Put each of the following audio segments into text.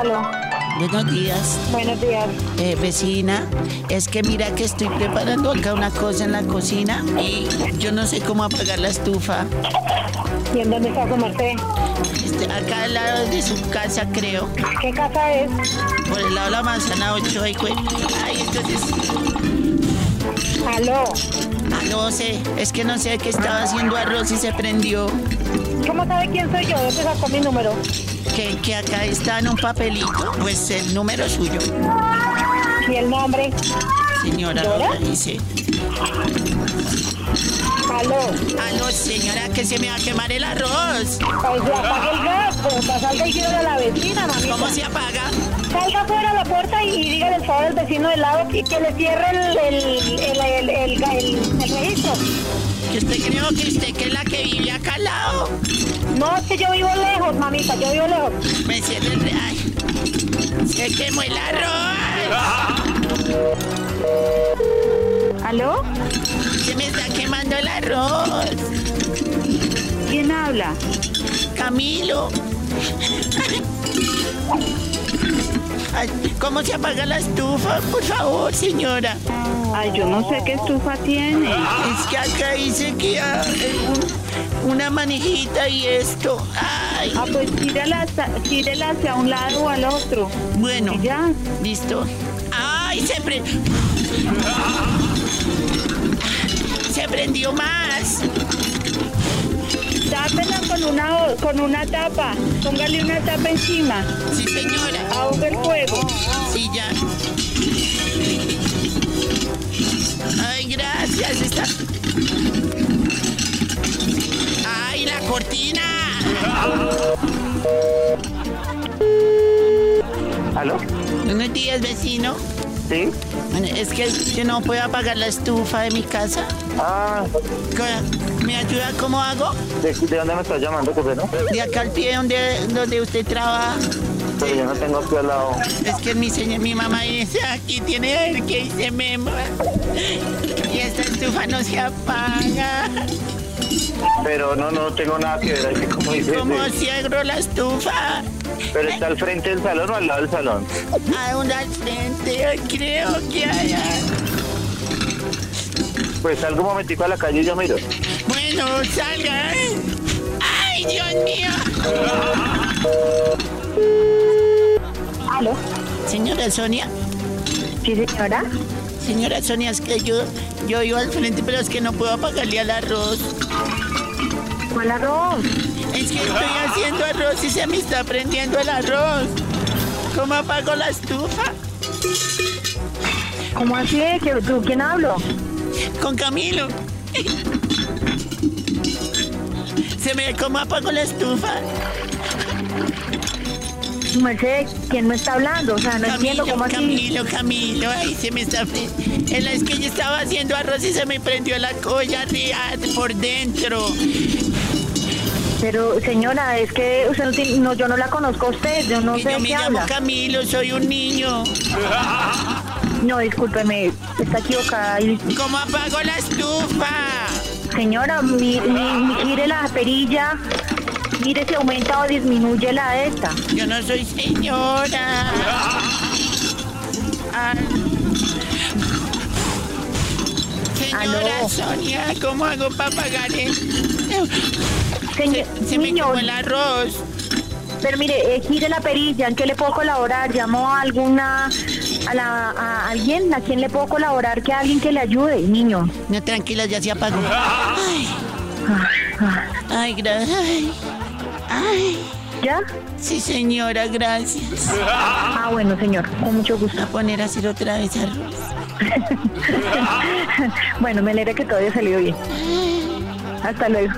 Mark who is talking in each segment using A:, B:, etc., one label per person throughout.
A: Aló,
B: Buenos días,
A: buenos días.
B: eh, vecina. Es que mira que estoy preparando acá una cosa en la cocina y yo no sé cómo apagar la estufa.
A: ¿Y en dónde está su merced?
B: Este, acá al lado de su casa, creo.
A: ¿Qué casa es?
B: Por el lado de la manzana 8. Ay, cue- ay, entonces,
A: Aló,
B: ah, no sé. Es que no sé que estaba haciendo arroz y se prendió.
A: ¿cómo sabe quién soy yo? ¿Dónde sacó mi número?
B: Que, que acá está en un papelito, pues el número suyo,
A: ¿Y el nombre?
B: señora.
A: ¿Dora?
B: Dora, Dice.
A: Aló,
B: Aló, Ah, señora, que se me va a quemar el arroz.
A: pues se apague el gas, pues salga y dígale a la vecina, mamita.
B: ¿Cómo se apaga?
A: Salga fuera a la puerta y, y dígale el favor al vecino del lado que, que le cierre el, el, el, el, el- el- el registro.
B: Que usted creo que usted que es la que vive acá al lado.
A: No, es que yo vivo lejos, mamita, yo vivo lejos.
B: Me siento el... Ay, se quemó el arroz.
A: ¿Aló?
B: Se me está quemando el arroz.
A: ¿Quién habla?
B: Camilo. Ay, ¿Cómo se apaga la estufa? Por favor, señora.
A: Ay, yo no sé qué estufa tiene.
B: Es que acá dice que ah, eh, un- una manijita y esto. Ay,
A: Ah, pues tírala, hasta- tírala hacia un lado o al otro.
B: bueno.
A: Y ya.
B: Listo. ¡Ay, se pre... Se prendió más.
A: Tápela con una, o- con una tapa. Póngale una tapa encima.
B: Sí, señora.
A: Ahoga el fuego.
B: Sí, ya. Ay, gracias. Está... ¡Ay, la cortina!
C: ¿Aló?
B: Buenos días, vecino.
C: ¿Sí?
B: Bueno, Es que yo no puedo apagar la estufa de mi casa.
C: Ah,
B: ¿Qué- ¿Me ayuda cómo hago?
C: ¿de, de dónde me estás llamando, Copé, no?
B: De acá al pie donde, donde usted trabaja.
C: Pero yo no tengo aquí al lado.
B: Es que mi señor, mi mamá dice aquí tiene el que dice memo. Y esta estufa no se apaga.
C: Pero no, no tengo nada que ver aquí, como dices.
B: ¿Cómo
C: sí.
B: cierro la estufa?
C: Pero está al frente del salón o al lado del salón.
B: Aún al frente, creo que allá.
C: Pues salgo un momentico a la calle y yo miro.
B: Bueno, salgan. ¡Ay, Dios mío!
A: ¿Aló?
B: Señora Sonia,
A: Sí, señora.
B: señora Sonia, es que yo, yo iba al frente, pero es que no puedo apagarle al arroz.
A: ¿Cuál arroz?
B: Es que estoy haciendo arroz y se me está prendiendo el arroz. ¿Cómo apago la estufa?
A: ¿Cómo así es? ¿Que- ¿Tú quién hablo?
B: con Camilo. Se me como apagó la estufa.
A: Mercedes, ¿quién me está hablando? O sea, no entiendo
B: Camilo,
A: cómo así.
B: Camilo, Camilo, ahí se me está. pre- En la es que yo estaba haciendo arroz y se me prendió la olla arriba, por dentro.
A: Pero, señora, es que usted no, tiene- no, yo no la conozco a usted. Yo no
B: Y
A: sé
B: yo
A: de
B: me
A: qué
B: llamo
A: habla.
B: Camilo, soy un niño.
A: No, discúlpeme, está equivocada. Y-
B: ¿Cómo apago la estufa?
A: Señora, mi, mi- mi- gire la perilla, mire si aumenta o disminuye la de esta.
B: Yo no soy señora. Ah. Señora
A: Aló.
B: Sonia, ¿cómo hago para pagar el-
A: Señor,
B: Se, se me
A: niño,
B: quemó el arroz.
A: pero mire, eh, gire la perilla, ¿en qué le puedo colaborar? ¿Llamó a alguna, a, la, a alguien? ¿A quién le puedo colaborar? Que alguien que le ayude, niño.
B: No, tranquila, ya se apagó. Ay, ay, gracias. Ay, ay,
A: ¿Ya?
B: sí, señora, gracias.
A: Ah, bueno, señor, con mucho gusto.
B: A poner a hacer otra vez arroz.
A: bueno, me alegra que todo haya salido bien. Hasta luego.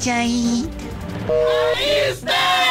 B: Chaito. ¡Ahí está!